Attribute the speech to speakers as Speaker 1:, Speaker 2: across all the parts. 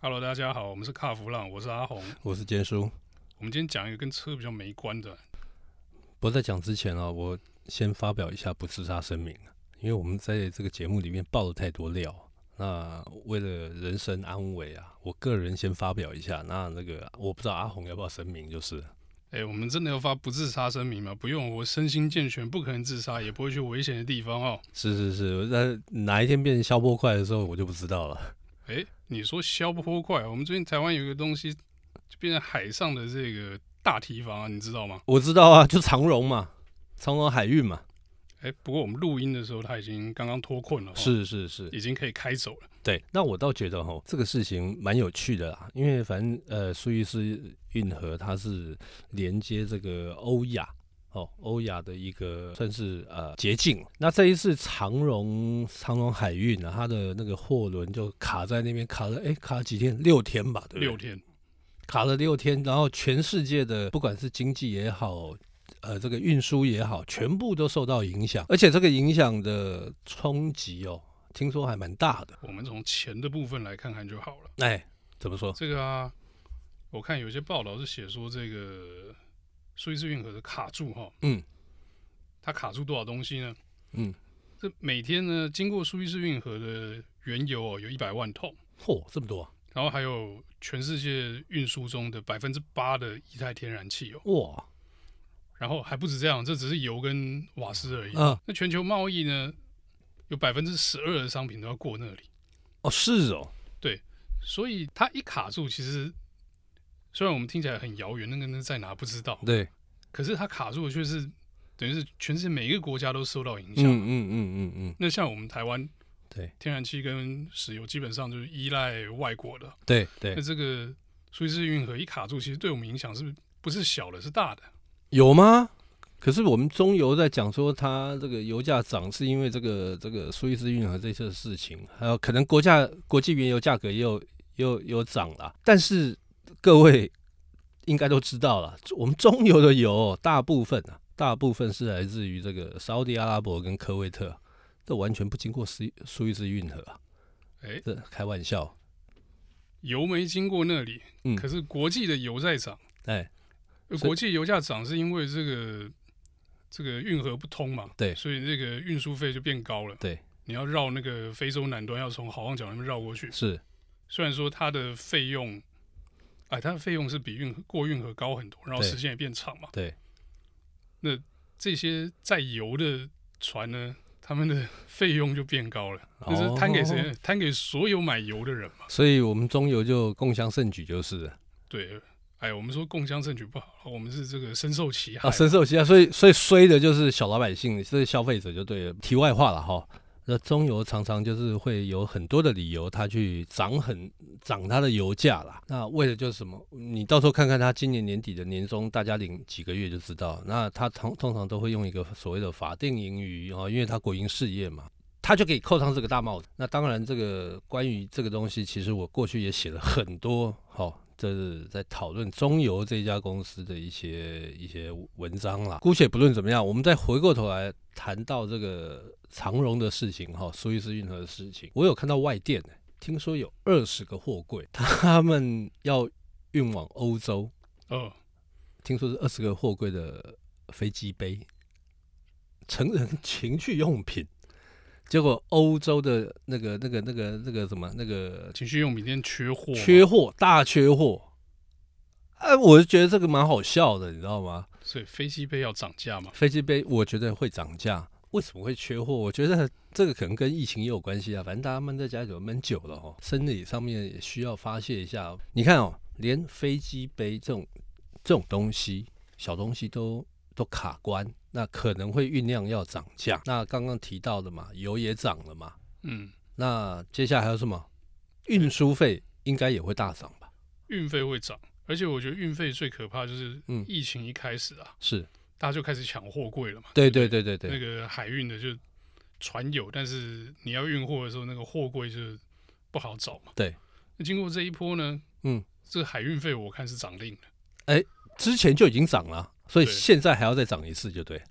Speaker 1: Hello，大家好，我们是卡弗朗，我是阿红。
Speaker 2: 我是坚叔。
Speaker 1: 我们今天讲一个跟车比较没关的，
Speaker 2: 不过在讲之前啊，我先发表一下不自杀声明，啊因为我们在这个节目里面爆了太多料。啊那为了人身安危啊，我个人先发表一下。那那个我不知道阿红要不要声明，就是
Speaker 1: 哎、我们真的要发不自杀声明吗？不用，我身心健全，不可能自杀，也不会去危险的地方哦。
Speaker 2: 是是是，那哪一天变成消波块的时候，我就不知道了。
Speaker 1: 哎、你说消波块，我们最近台湾有一个东西，就变成海上的这个大提防啊，你知道吗？
Speaker 2: 我知道啊，就长荣嘛，长荣海运嘛，
Speaker 1: 哎、不过我们录音的时候，它已经刚刚脱困了、哦，，
Speaker 2: 是是是，
Speaker 1: 已经可以开走了。
Speaker 2: 对，那我倒觉得哈，这个事情蛮有趣的啦，因为反正呃，苏伊士运河它是连接这个欧亚哦，欧亚的一个算是呃捷径。那这一次长荣长荣海运啊，它的那个货轮就卡在那边卡了，哎，卡了几天？六天吧，对不对？
Speaker 1: 六天，
Speaker 2: 卡了六天，然后全世界的不管是经济也好，呃，这个运输也好，全部都受到影响，而且这个影响的冲击哦，听说还蛮大的。
Speaker 1: 我们从钱的部分来看看就好了。
Speaker 2: 哎，怎么说？
Speaker 1: 这个啊，我看有些报道是写说这个苏伊士运河的卡住哈，
Speaker 2: 嗯
Speaker 1: 它卡住多少东西呢？
Speaker 2: 嗯，
Speaker 1: 这每天呢，经过苏伊士运河的原油哦，有一百万桶，
Speaker 2: 嚯，这么多啊、
Speaker 1: 然后还有全世界运输中的百分之八的液态天然气哦，
Speaker 2: 哇，
Speaker 1: 然后还不止这样，这只是油跟瓦斯而已。
Speaker 2: 嗯，
Speaker 1: 那全球贸易呢，有百分之十二的商品都要过那里，
Speaker 2: 哦，是哦，
Speaker 1: 所以它一卡住，其实虽然我们听起来很遥远，那个那在哪不知道，
Speaker 2: 对，
Speaker 1: 可是它卡住的却是等于是全世界每一个国家都受到影
Speaker 2: 嗯
Speaker 1: 响。
Speaker 2: 嗯嗯嗯嗯，
Speaker 1: 那像我们台湾
Speaker 2: 对
Speaker 1: 天然气跟石油基本上就是依赖外国的，
Speaker 2: 对
Speaker 1: 那
Speaker 2: 对，
Speaker 1: 这个苏伊士运河一卡住，其实对我们影响是不是不是小的，是大的？
Speaker 2: 有吗？可是我们中油在讲说，它这个油价涨是因为这个这个苏伊士运河这次的事情，还有可能国价国际原油价格也有也有也有涨啦。但是各位应该都知道了，我们中油的油哦大部分啊，大部分是来自于这个沙地阿拉伯跟科威特，啊这完全不经过苏伊苏伊士运河啊，
Speaker 1: 哎，
Speaker 2: 这开玩笑，
Speaker 1: 油没经过那里，
Speaker 2: 嗯
Speaker 1: 可是国际的油在涨，
Speaker 2: 哎。
Speaker 1: 而
Speaker 2: 所以
Speaker 1: 国际油价涨是因为这个这个运河不通嘛，
Speaker 2: 对
Speaker 1: 所以这个运输费就变高了，
Speaker 2: 对，
Speaker 1: 你要绕那个非洲南端，要从好望角那边绕过去，
Speaker 2: 是，
Speaker 1: 虽然说它的费用。哎，它的费用是比运河过运河高很多，然后
Speaker 2: 对
Speaker 1: 时间也变长嘛。
Speaker 2: 对，
Speaker 1: 这些在游的船呢，他们的 费用就变高了。那是摊给谁
Speaker 2: 哦？
Speaker 1: 呢？摊给所有买油的人嘛。
Speaker 2: 所以我们中游就共襄盛举就是了
Speaker 1: 对，哎，我们说共襄盛举不好，我们是这个深受其害。
Speaker 2: 啊，深受其害。所以所以衰的就是小老百姓，是消费者就对了。题外话了哈，那中游常常就是会有很多的理由，它去涨很涨它的油价啦。那为了就是什么？你到时候看看它今年年底的年终，大家领几个月就知道。那它通通常都会用一个所谓的法定盈余啊、哦，因为它国营事业嘛。他就给扣上这个大帽子。那当然，这个关于这个东西，其实我过去也写了很多， 好、这是在讨论中油这家公司的一些一些文章啦。姑且不论怎么样，我们再回过头来谈到这个长荣的事情，哈、哦苏伊士运河的事情，我有看到外电、欸，听说有二十个货柜， 他们要运往欧洲，
Speaker 1: 哦，
Speaker 2: 听说是二十个货柜的飞机杯，成人情趣用品。结果欧洲的那个、那个、那个、那个什么、那个
Speaker 1: 情绪用品店缺货嘛，
Speaker 2: 缺货，大缺货。哎、我就觉得这个蛮好笑的，你知道吗？
Speaker 1: 所以飞机杯要涨价嘛。
Speaker 2: 飞机杯我觉得会涨价，为什么会缺货？我觉得这个可能跟疫情也有关系啊。反正大家闷在家里头闷久了哦，生理上面也需要发泄一下。你看哦，连飞机杯这种这种东西，小东西都都卡关，那可能会酝酿要涨价。那刚刚提到的嘛，油也涨了嘛，
Speaker 1: 嗯，
Speaker 2: 那接下来还有什么？运输费应该也会大涨吧？
Speaker 1: 运费会涨，而且我觉得运费最可怕就是
Speaker 2: 嗯
Speaker 1: 疫情一开始啊，
Speaker 2: 是，
Speaker 1: 大家就开始抢货柜了嘛。
Speaker 2: 对对对对对，
Speaker 1: 那个海运的就船有，但是你要运货的时候，那个货柜就不好找嘛。
Speaker 2: 对。
Speaker 1: 那经过这一波呢，
Speaker 2: 嗯，
Speaker 1: 这海运费我看是涨定了。
Speaker 2: 之前就已经涨了，所以
Speaker 1: 对
Speaker 2: 现在还要再涨一次，就对。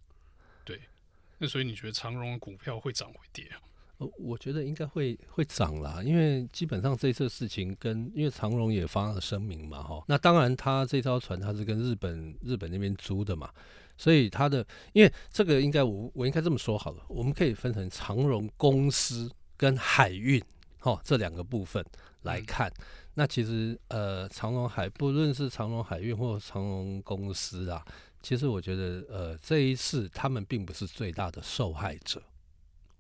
Speaker 1: 那所以你觉得长荣的股票会涨会跌啊？
Speaker 2: 呃我觉得应该会会涨啦，因为基本上这次事情跟因为长荣也发了声明嘛，哈，那当然他这艘船他是跟日本日本那边租的嘛，所以他的因为这个应该我我应该这么说好了，我们可以分成长荣公司跟海运，哈这两个部分来
Speaker 1: 嗯
Speaker 2: 看。那其实呃，长荣海不论是长荣海运或长荣公司啊，其实我觉得呃这一次他们并不是最大的受害者。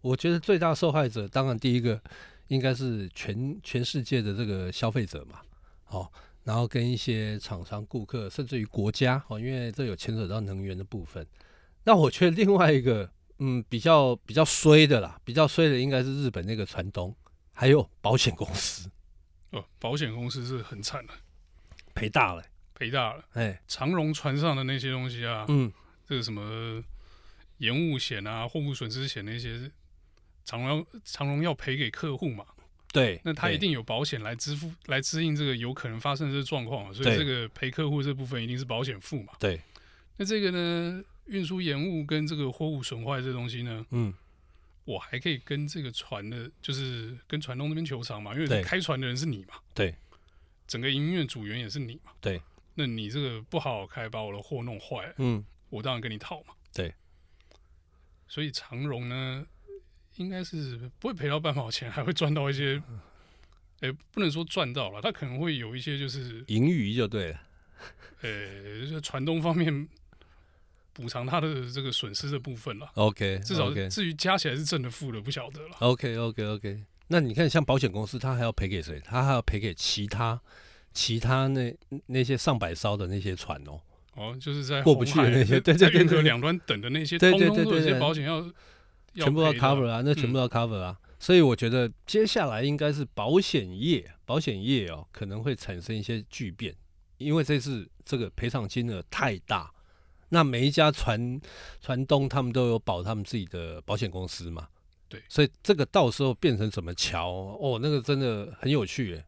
Speaker 2: 我觉得最大受害者，当然第一个应该是全全世界的这个消费者嘛，哦，然后跟一些厂商、顾客，甚至于国家哦，因为这有牵扯到能源的部分。那我觉得另外一个，嗯，比较比较衰的啦，比较衰的应该是日本那个船东，还有保险公司
Speaker 1: 哦，保险公司是很惨的，
Speaker 2: 赔大了、
Speaker 1: 赔大了。
Speaker 2: 哎，
Speaker 1: 长荣船上的那些东西啊，
Speaker 2: 嗯，
Speaker 1: 这个什么延误险啊、货物损失险那些，长荣长荣要赔给客户嘛，
Speaker 2: 对，
Speaker 1: 那他
Speaker 2: 对
Speaker 1: 一定有保险来支付、来支应这个有可能发生的这状况，所以
Speaker 2: 对
Speaker 1: 这个赔客户这部分一定是保险付嘛。
Speaker 2: 对，
Speaker 1: 那这个呢，运输延误跟这个货物损坏这东西呢，
Speaker 2: 嗯，
Speaker 1: 我还可以跟这个船的，就是跟船东那边求偿嘛，因
Speaker 2: 对
Speaker 1: 为开船的人是你嘛，
Speaker 2: 对，
Speaker 1: 整个营运组员也是你嘛，
Speaker 2: 对，
Speaker 1: 那你这个不好好开，把我的货弄坏了，
Speaker 2: 嗯，
Speaker 1: 我当然跟你套嘛，
Speaker 2: 对，
Speaker 1: 所以长荣呢，应该是不会赔到半毛钱，还会赚到一 些，哎、不能说赚到了，他可能会有一些就是，
Speaker 2: 盈余就对了，
Speaker 1: 呃、就是船东方面补偿他的这个损失的部分啦。
Speaker 2: ，OK，
Speaker 1: 至少
Speaker 2: 哦 OK
Speaker 1: 至于加起来是正的负的，不晓得了。
Speaker 2: OK OK OK，那你看，像保险公司，他还要赔给谁？他还要赔给其他其他那那些上百艘的那些船哦。
Speaker 1: 哦，就是在
Speaker 2: 过不去的
Speaker 1: 红海
Speaker 2: 那些对
Speaker 1: 在
Speaker 2: 对对
Speaker 1: 运河
Speaker 2: 对
Speaker 1: 两端等的那些，
Speaker 2: 对
Speaker 1: 通
Speaker 2: 对
Speaker 1: 通
Speaker 2: 对
Speaker 1: 都有
Speaker 2: 对
Speaker 1: 些
Speaker 2: 对
Speaker 1: 保险要要
Speaker 2: 全部要
Speaker 1: 赔的啊
Speaker 2: cover 啊，那全部要 cover 啊。所以我觉得接下来应该是保险业，保险业哦可能会产生一些巨变，因为这次这个赔偿金额太大，那每一家船船东他们都有保他们自己的保险公司嘛，
Speaker 1: 对
Speaker 2: 所以这个到时候变成怎么瞧哦，哦那个真的很有趣耶，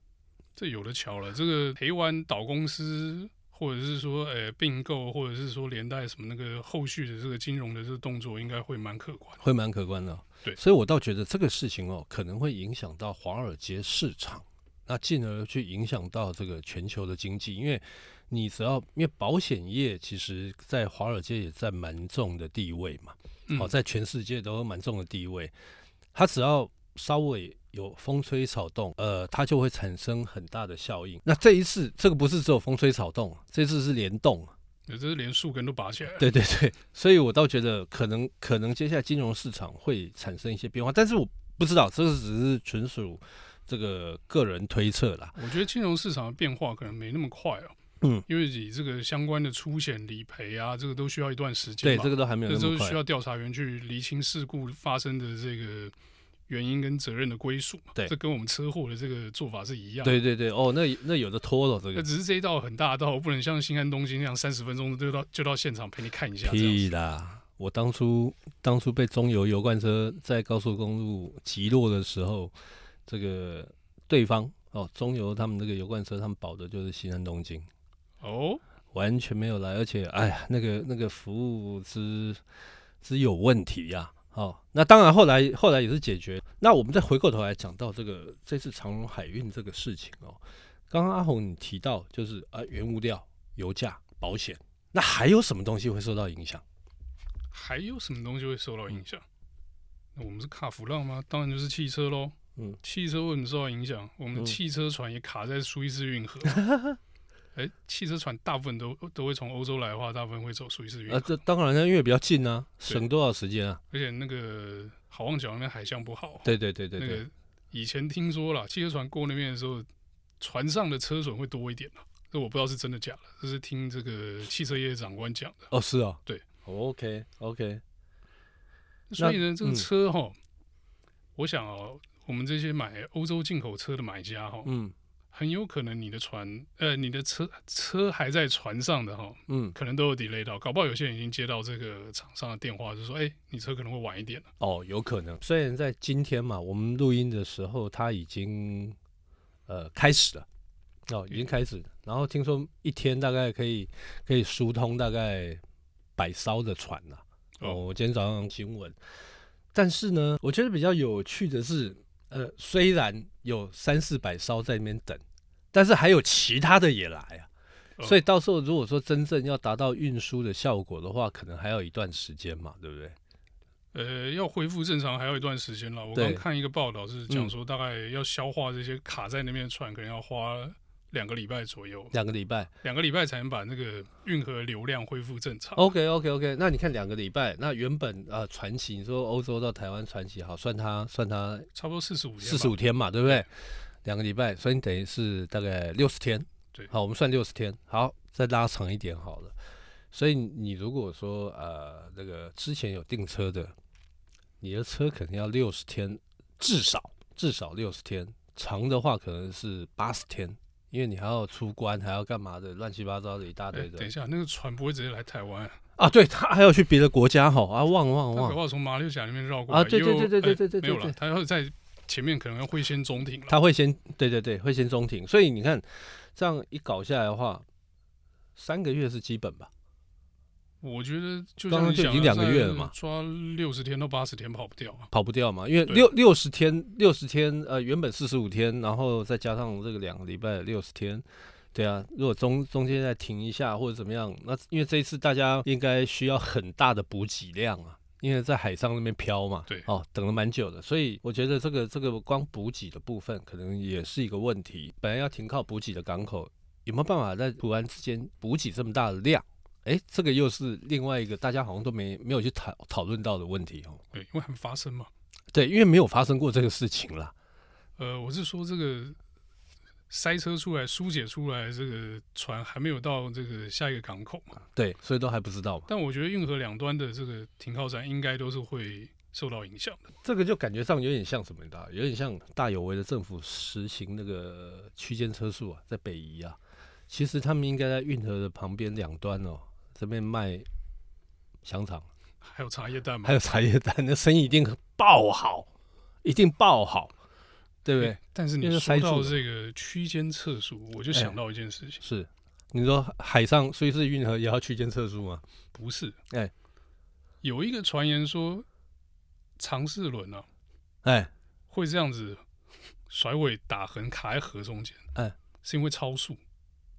Speaker 1: 这有的瞧了。这个台湾岛公司，或者是说呃并购，或者是说连带什么那个后续的这个金融的这个动作，应该会蛮可观。
Speaker 2: 会蛮可观的哦、
Speaker 1: 对
Speaker 2: 所以我倒觉得这个事情哦，可能会影响到华尔街市场，那进而去影响到这个全球的经济，因为你只要因为保险业其实在华尔街也占蛮重的地位嘛，
Speaker 1: 嗯
Speaker 2: 哦，在全世界都有蛮重的地位，它只要稍微。有风吹草动，呃，它就会产生很大的效应。那这一次，这个不是只有风吹草动，这次是联动，
Speaker 1: 嗯这是连树根都拔起来了。
Speaker 2: 对对对，所以我倒觉得可能可能接下来金融市场会产生一些变化，但是我不知道，这个只是纯属这个个人推测啦。
Speaker 1: 我觉得金融市场的变化可能没那么快哦。
Speaker 2: 嗯，
Speaker 1: 因为你这个相关的出险理赔啊，这个都需要一段时间
Speaker 2: 对，
Speaker 1: 嘛。
Speaker 2: 这个都还没有
Speaker 1: 这
Speaker 2: 那
Speaker 1: 都
Speaker 2: 么
Speaker 1: 需
Speaker 2: 快。
Speaker 1: 要调查员去厘清事故发生的这个原因跟责任的归属嘛。
Speaker 2: 对
Speaker 1: 这跟我们车祸的这个做法是一样。，
Speaker 2: 对对对，哦，那那有的拖了这
Speaker 1: 那
Speaker 2: 个
Speaker 1: 只是这一道很大的道，不能像新安东京那样三十分钟就到就到现场陪你看一下这样
Speaker 2: 屁
Speaker 1: 子。
Speaker 2: 啦！我当初当初被中油油罐车在高速公路击落的时候，这个对方哦，中油他们那个油罐车，他们保的就是西南东京。
Speaker 1: 哦，
Speaker 2: 完全没有来，而且哎呀，那个那个服务之之有问题呀、哦，那当然后来后来也是解决。那我们再回过头来讲到这个这次长荣海运这个事情哦，刚刚阿红你提到就是啊、原物料、油价、保险，那还有什么东西会受到影响？
Speaker 1: 还有什么东西会受到影响？那我们是卡弗浪吗？当然就是汽车喽。
Speaker 2: 嗯，
Speaker 1: 汽车为什么受到影响？我们的
Speaker 2: 嗯
Speaker 1: 汽车船也卡在苏伊士运河。 哎、汽车船大部分都都会从欧洲来的话，大部分会走苏伊士运河。
Speaker 2: 啊，这当然了，因为比较近啊，
Speaker 1: 对
Speaker 2: 省多少时间啊？
Speaker 1: 而且那个好望角那边海象不好，
Speaker 2: 对对对对
Speaker 1: 那
Speaker 2: 对，
Speaker 1: 个以前听说了，汽车船过那边的时候，船上的车损会多一点啊这我不知道是真的假的，这是听这个汽车业长官讲的。
Speaker 2: 哦是哦，
Speaker 1: 对
Speaker 2: ，OK OK，
Speaker 1: 所以呢，这个
Speaker 2: 嗯
Speaker 1: 车哈，我想哦，我们这些买欧洲进口车的买家哈，
Speaker 2: 嗯
Speaker 1: 很有可能你的船呃，你的车车还在船上的哈，
Speaker 2: 嗯，
Speaker 1: 可能都有 delay 到，搞不好有些人已经接到这个厂商的电话，就说哎、你车可能会晚一点了。
Speaker 2: 哦，有可能。虽然在今天嘛，我们录音的时候，它已经呃开始了，哦，已经开始了。然后听说一天大概可以可以疏通大概百艘的船了、哦，
Speaker 1: 哦
Speaker 2: 我今天早上新闻，但是呢，我觉得比较有趣的是，呃，虽然有三四百艘在那边等，但是还有其他的也来啊。
Speaker 1: 哦
Speaker 2: 所以到时候如果说真正要达到运输的效果的话，可能还有一段时间嘛，对不对？
Speaker 1: 呃，要恢复正常还有一段时间了。我
Speaker 2: 对嗯
Speaker 1: 刚看一个报道是讲说，大概要消化这些卡在那边的船，可能要花两个礼拜左右，
Speaker 2: 两个礼拜。
Speaker 1: 两个礼拜才能把那个运河流量恢复正常。
Speaker 2: OK OK OK，那你看两个礼拜，那原本呃传奇，你说欧洲到台湾传奇好，算它算它
Speaker 1: 差不多四十五天吧，
Speaker 2: 四十五天嘛，对不对？两个礼拜，所以你等于是大概六十天。
Speaker 1: 对
Speaker 2: 好，我们算六十天。好，再拉长一点好了。所以你如果说呃那个之前有订车的，你的车可能要六十天，至少至少六十天，长的话可能是八十天，因为你还要出关，还要干嘛的，乱七八糟的一大
Speaker 1: 哎
Speaker 2: 堆的
Speaker 1: 等一下，那个船不会直接来台湾，
Speaker 2: 啊。对他还要去别的国家哈啊，忘了忘
Speaker 1: 他搞
Speaker 2: 了忘
Speaker 1: 不
Speaker 2: 了，
Speaker 1: 好从马六甲那边绕过来
Speaker 2: 啊对对
Speaker 1: 又
Speaker 2: 对对对
Speaker 1: 哎
Speaker 2: 对对对
Speaker 1: 没有
Speaker 2: 对
Speaker 1: 了，他要在前面可能会先中停了。
Speaker 2: 他会先对对对，会先中停。所以你看这样一搞下来的话，三个月是基本吧。
Speaker 1: 我觉得就
Speaker 2: 刚
Speaker 1: 像
Speaker 2: 刚
Speaker 1: 你
Speaker 2: 就已
Speaker 1: 讲的
Speaker 2: 经两个月了嘛，
Speaker 1: 在抓六十天到八十天跑不掉啊。
Speaker 2: 跑不掉嘛，因为
Speaker 1: 对
Speaker 2: 六六十天，六十天，呃，原本四十五天，然后再加上这个两个礼拜六十天，对啊，如果中中间再停一下或者怎么样，那因为这一次大家应该需要很大的补给量啊，因为在海上那边漂嘛，
Speaker 1: 对
Speaker 2: 哦，等了蛮久的，所以我觉得这个这个光补给的部分可能也是一个问题，本来要停靠补给的港口，有没有办法在突然之间补给这么大的量？哎，这个又是另外一个大家好像都没没有去讨讨论到的问题哦。
Speaker 1: 对，因为很发生嘛。
Speaker 2: 对，因为没有发生过这个事情啦。
Speaker 1: 呃，我是说这个塞车出来、疏解出来，这个船还没有到这个下一个港口嘛。
Speaker 2: 对，所以都还不知道嘛。
Speaker 1: 但我觉得运河两端的这个停靠站应该都是会受到影响的。
Speaker 2: 这个就感觉上有点像什么，你知道，有点像大有为的政府实行那个区间车速啊，在北宜啊，其实他们应该在运河的旁边两端哦，这边卖香肠，
Speaker 1: 还有茶叶蛋嘛
Speaker 2: 还，有茶叶蛋，那生意一定爆好，一定爆好，对不对？
Speaker 1: 诶但是
Speaker 2: 因为
Speaker 1: 你
Speaker 2: 是塞
Speaker 1: 说
Speaker 2: 住
Speaker 1: 到
Speaker 2: 的
Speaker 1: 这个区间测速，我就
Speaker 2: 哎
Speaker 1: 想到一件事情，
Speaker 2: 是，你说海上，所以是运河也要区间测速吗？
Speaker 1: 不是，
Speaker 2: 哎
Speaker 1: 有一个传言说长四轮啊
Speaker 2: 哎，
Speaker 1: 会这样子甩尾打横卡在河中间，
Speaker 2: 哎
Speaker 1: 是因为超速。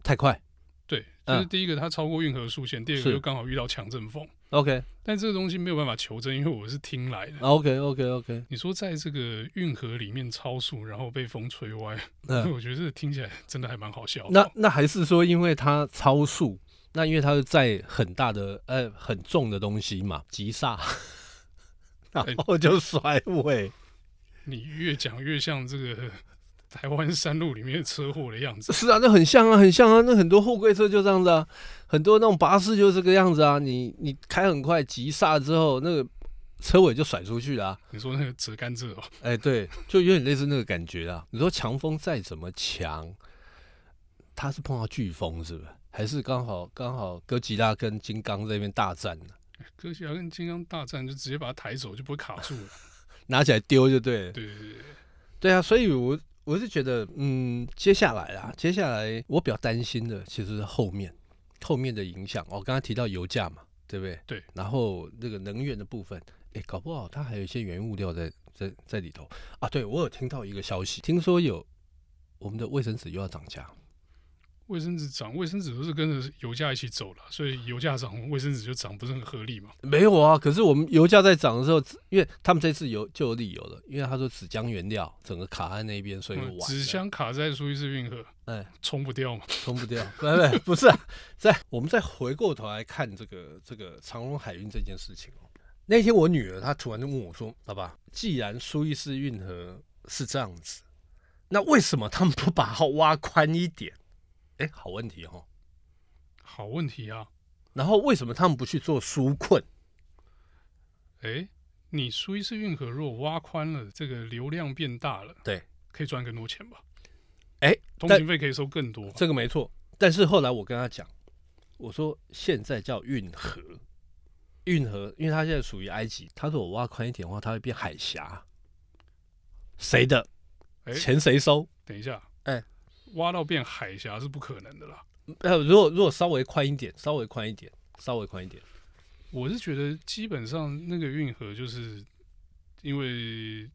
Speaker 2: 太快
Speaker 1: 对，就是
Speaker 2: 嗯
Speaker 1: 第一个它超过运河速线，第二
Speaker 2: 是
Speaker 1: 个又刚好遇到强阵风。
Speaker 2: ，OK，OK，OK，OK，、
Speaker 1: 但这个东西没有办法求证，因为我是听来
Speaker 2: 啊
Speaker 1: 的。你说在这个运河里面超速，然后被风吹歪，
Speaker 2: 嗯。
Speaker 1: 我觉得这听起来真的还蛮好笑的。
Speaker 2: 那那还是说，因为它超速，那因为它是载很大的呃很重的东西嘛，急刹， 然
Speaker 1: 哎
Speaker 2: 后就甩尾，
Speaker 1: 你越讲越像这个 台湾山路里面的车祸的样子。
Speaker 2: 是啊，那很像啊，很像啊，那很多货柜车就这样子啊，很多那种巴士就是这个样子啊，你你开很快急刹之后，那个车尾就甩出去了、啊。
Speaker 1: 你说那个折甘蔗哦，
Speaker 2: 哎，对，就有点类似那个感觉啊。你说强风再怎么强，它是碰到飓风是不是？还是刚好刚好哥吉拉跟金刚这边大战呢？
Speaker 1: 哥吉拉跟金刚大战就直接把它抬走，就不会卡住了。
Speaker 2: 拿起来丢就对了。
Speaker 1: 对对对，对
Speaker 2: 对啊，所以我我是觉得，嗯，接下来啊，接下来我比较担心的其实是后面后面的影响。哦，刚刚提到油价嘛，对不对？
Speaker 1: 对。
Speaker 2: 然后那个能源的部分，哎，搞不好它还有一些原物料在在在里头啊。对，我有听到一个消息，听说有我们的卫生纸又要涨价。
Speaker 1: 卫生纸涨，卫生纸都是跟着油价一起走了，所以油价涨，卫生纸就涨，不是很合理嘛？
Speaker 2: 没有啊，可是我们油价在涨的时候，因为他们这次有就有理由了，因为他说纸浆原料整个卡在那边，所以
Speaker 1: 嗯
Speaker 2: 晚了
Speaker 1: 纸箱卡在苏伊士运河，
Speaker 2: 哎，
Speaker 1: 冲不掉嘛。
Speaker 2: 冲不掉， 不不不是、啊，在我们再回过头来看这个这个长荣海运这件事情哦。那天我女儿她突然就问我说：“爸爸，既然苏伊士运河是这样子，那为什么他们不把它挖宽一点？”哎，好问题哦。
Speaker 1: 好问题啊，
Speaker 2: 然后为什么他们不去做纾困？
Speaker 1: 诶，你苏伊士运河如果挖宽了，这个流量变大了，
Speaker 2: 对，
Speaker 1: 可以赚更多钱吧？
Speaker 2: 诶，
Speaker 1: 通
Speaker 2: 但
Speaker 1: 行费可以收更多吧。
Speaker 2: 这个没错。但是后来我跟她讲，我说现在叫运河，运河，因为它现在属于埃及。她说我挖宽一点的话，它会变海峡。谁的？
Speaker 1: 诶，
Speaker 2: 钱谁收？
Speaker 1: 等一下，
Speaker 2: 哎
Speaker 1: 挖到变海峡是不可能的啦。
Speaker 2: 呃，如果如果稍微宽一点，稍微宽一点，稍微宽一点，
Speaker 1: 我是觉得基本上那个运河就是因为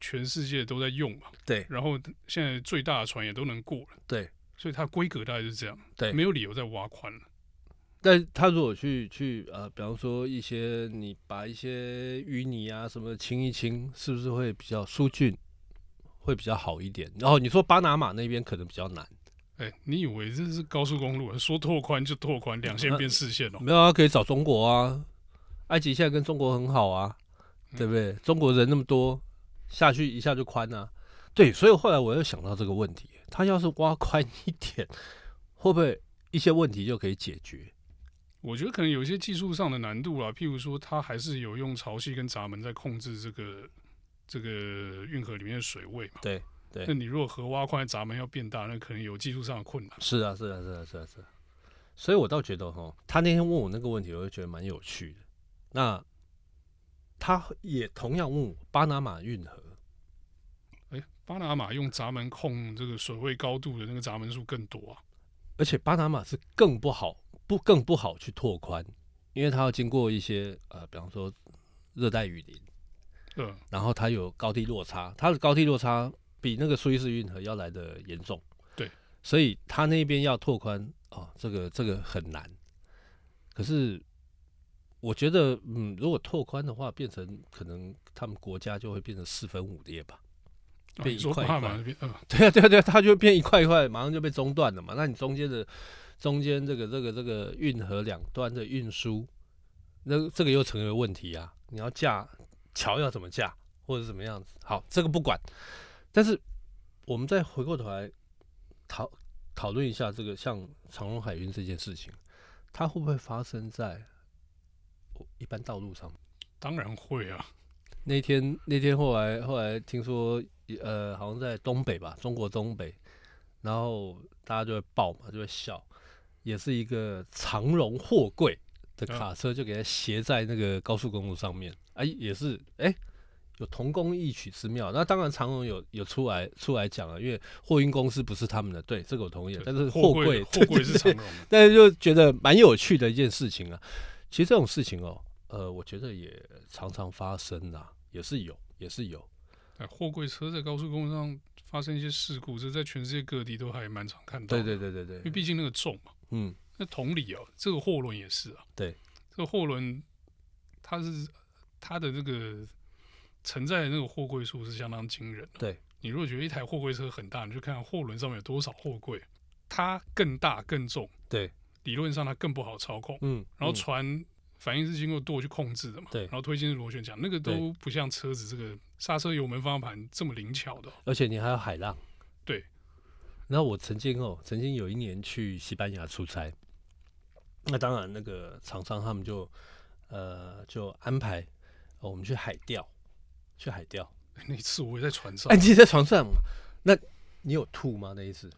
Speaker 1: 全世界都在用嘛，
Speaker 2: 对
Speaker 1: 然后现在最大的船也都能过了，
Speaker 2: 对，
Speaker 1: 所以它规格大概就是这样，
Speaker 2: 对
Speaker 1: 没有理由再挖宽了。
Speaker 2: 但他如果去去呃，比方说一些你把一些淤泥啊什么的清一清，是不是会比较疏浚，会比较好一点？然后你说巴拿马那边可能比较难，
Speaker 1: 哎、你以为这是高速公路啊？说拓宽就拓宽，两线变四线哦、
Speaker 2: 没有啊，可以找中国啊，埃及现在跟中国很好啊，
Speaker 1: 嗯
Speaker 2: 对不对？中国人那么多，下去一下就宽啊。对，所以后来我又想到这个问题，他要是挖宽一点，会不会一些问题就可以解决？
Speaker 1: 我觉得可能有一些技术上的难度啦，譬如说它还是有用潮汐跟闸门在控制这个这个运河里面的水位嘛。
Speaker 2: 对对
Speaker 1: 那你如果河挖宽，闸门要变大，那可能有技术上的困难。
Speaker 2: 是啊，是啊，是啊，是啊，是啊。所以我倒觉得哈，他那天问我那个问题，我就觉得蛮有趣的。那他也同样问我巴拿马运河，
Speaker 1: 哎、巴拿马用闸门控这个水位高度的那个闸门数更多啊。
Speaker 2: 而且巴拿马是更不好，不更不好去拓宽，因为它要经过一些呃，比方说热带雨林，
Speaker 1: 嗯，
Speaker 2: 然后它有高低落差，它的高低落差比那个苏伊士运河要来的严重。
Speaker 1: 对，
Speaker 2: 所以它那边要拓宽哦，这个这个很难。可是我觉得，嗯，如果拓宽的话，变成可能他们国家就会变成四分五裂吧。
Speaker 1: 啊、
Speaker 2: 变
Speaker 1: 你
Speaker 2: 一
Speaker 1: 说
Speaker 2: 块
Speaker 1: 巴拿
Speaker 2: 一块
Speaker 1: 马那边，嗯，
Speaker 2: 对啊，对啊，对啊，它就变一块一块，马上就被中断了嘛。那你中间的中间这个这个这个运河两端的运输，那这个又成为问题啊。你要架桥要怎么架，或者怎么样子？好，这个不管。但是我们再回过头来讨讨论一下这个像长荣海运这件事情，它会不会发生在一般道路上？
Speaker 1: 当然会啊。
Speaker 2: 那天那天后来后来听说，呃，好像在东北吧，中国东北，然后大家就会爆嘛，就会笑，也是一个长荣货柜的
Speaker 1: 嗯
Speaker 2: 卡车就给它斜在那个高速公路上面，哎、也是哎、有同工异曲之妙。那当然长荣有有出来出来讲了，因为货运公司不是他们的，对这个我同意，但是
Speaker 1: 货
Speaker 2: 货柜
Speaker 1: 货
Speaker 2: 对
Speaker 1: 柜
Speaker 2: 对
Speaker 1: 是
Speaker 2: 对
Speaker 1: 长荣的，
Speaker 2: 但是就觉得蛮有趣的一件事情啊。其实这种事情哦，呃，我觉得也常常发生啊，也是有，也是有。
Speaker 1: 哎，货柜车在高速公路上发生一些事故，这在全世界各地都还蛮常看到
Speaker 2: 对
Speaker 1: 的。
Speaker 2: 对对对对
Speaker 1: 因为，毕竟那个重嘛。
Speaker 2: 啊嗯，
Speaker 1: 那同理哦，这个货轮也是啊。
Speaker 2: 对，
Speaker 1: 这个货轮它是它的那个承载的那个货柜数是相当惊人、的。
Speaker 2: 对，
Speaker 1: 你如果觉得一台货柜车很大，你就看看货轮上面有多少货柜，它更大更重，
Speaker 2: 对，
Speaker 1: 理论上它更不好操控。
Speaker 2: 嗯，
Speaker 1: 然后
Speaker 2: 嗯
Speaker 1: 船反应是经过舵去控制的嘛，
Speaker 2: 对
Speaker 1: 然后推进是螺旋桨，那个都
Speaker 2: 对
Speaker 1: 不像车子这个刹车、油门、方向盘这么灵巧的哦、
Speaker 2: 而且你还有海浪。
Speaker 1: 对。
Speaker 2: 然后我曾经哦，曾经有一年去西班牙出差，那当然那个厂商他们就呃就安排、哦我们去海钓，去海钓。
Speaker 1: 那一次我也在船上，
Speaker 2: 哎，你在床上嘛？那你有吐吗？那一次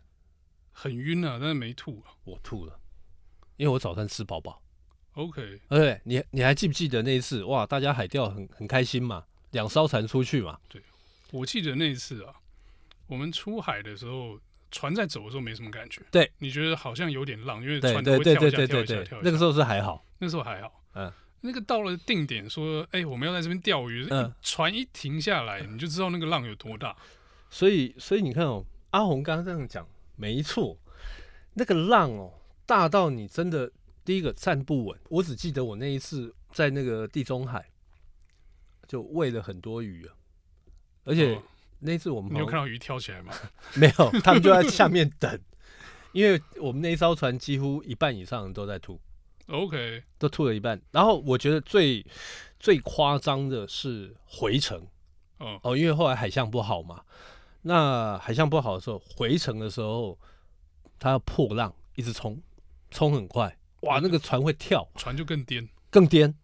Speaker 1: 很晕啊，但是没吐啊。
Speaker 2: 我吐了，因为我早餐吃饱饱。
Speaker 1: OK，
Speaker 2: 对不对，你你还记不记得那一次？哇，大家海钓很很开心嘛，两艘船出去嘛，
Speaker 1: 我记得那一次啊，我们出海的时候，船在走的时候没什么感觉，
Speaker 2: 对，
Speaker 1: 你觉得好像有点浪，因为
Speaker 2: 对
Speaker 1: 船
Speaker 2: 对
Speaker 1: 会
Speaker 2: 对
Speaker 1: 跳
Speaker 2: 对
Speaker 1: 一下
Speaker 2: 对
Speaker 1: 跳
Speaker 2: 对
Speaker 1: 一下
Speaker 2: 对
Speaker 1: 跳，一
Speaker 2: 那个
Speaker 1: 下，
Speaker 2: 时候是还好，
Speaker 1: 那时候还好，
Speaker 2: 嗯。
Speaker 1: 那个到了定点，说，哎、我们要在这边钓鱼。哎
Speaker 2: 嗯
Speaker 1: 船一停下来，你就知道那个浪有多大。
Speaker 2: 所以所以你看哦，阿红刚刚这样讲没错，那个浪哦大到你真的第一个站不稳。我只记得我那一次在那个地中海就喂了很多鱼啊，而且
Speaker 1: 哦
Speaker 2: 那一次我们
Speaker 1: 你有
Speaker 2: 好像
Speaker 1: 看到鱼跳起来吗？
Speaker 2: 没有，他们就在下面等，因为我们那一艘船几乎一半以上人都在吐。
Speaker 1: OK，
Speaker 2: 都吐了一半。然后我觉得最最夸张的是回程
Speaker 1: 哦，
Speaker 2: 哦，因为后来海象不好嘛，那海象不好的时候，回程的时候，它要破浪，一直冲，冲很快，哇，那个船会跳，
Speaker 1: 船就更颠。
Speaker 2: 更颠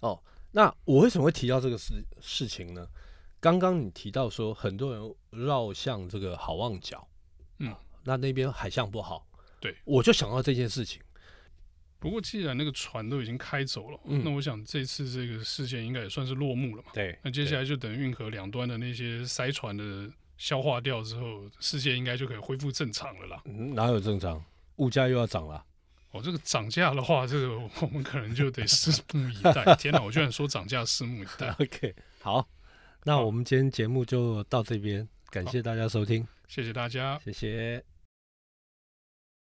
Speaker 2: 哦。那我为什么会提到这个事事情呢？刚刚你提到说，很多人绕向这个好望角，哦
Speaker 1: 嗯，
Speaker 2: 那那边海象不好，
Speaker 1: 对，
Speaker 2: 我就想到这件事情，
Speaker 1: 不过既然那个船都已经开走了，
Speaker 2: 嗯
Speaker 1: 那我想这次这个事件应该也算是落幕了嘛。
Speaker 2: 对
Speaker 1: 那接下来就等运河两端的那些塞船的消化掉之后，世界应该就可以恢复正常了啦。
Speaker 2: 嗯哪有正常？物价又要涨了。
Speaker 1: 哦，这个涨价的话，这个我们可能就得拭目以待。天哪，我居然说涨价，拭目以待。
Speaker 2: OK，好，那我们今天节目就到这边，感谢大家收听，
Speaker 1: 谢谢大家。
Speaker 2: 谢谢。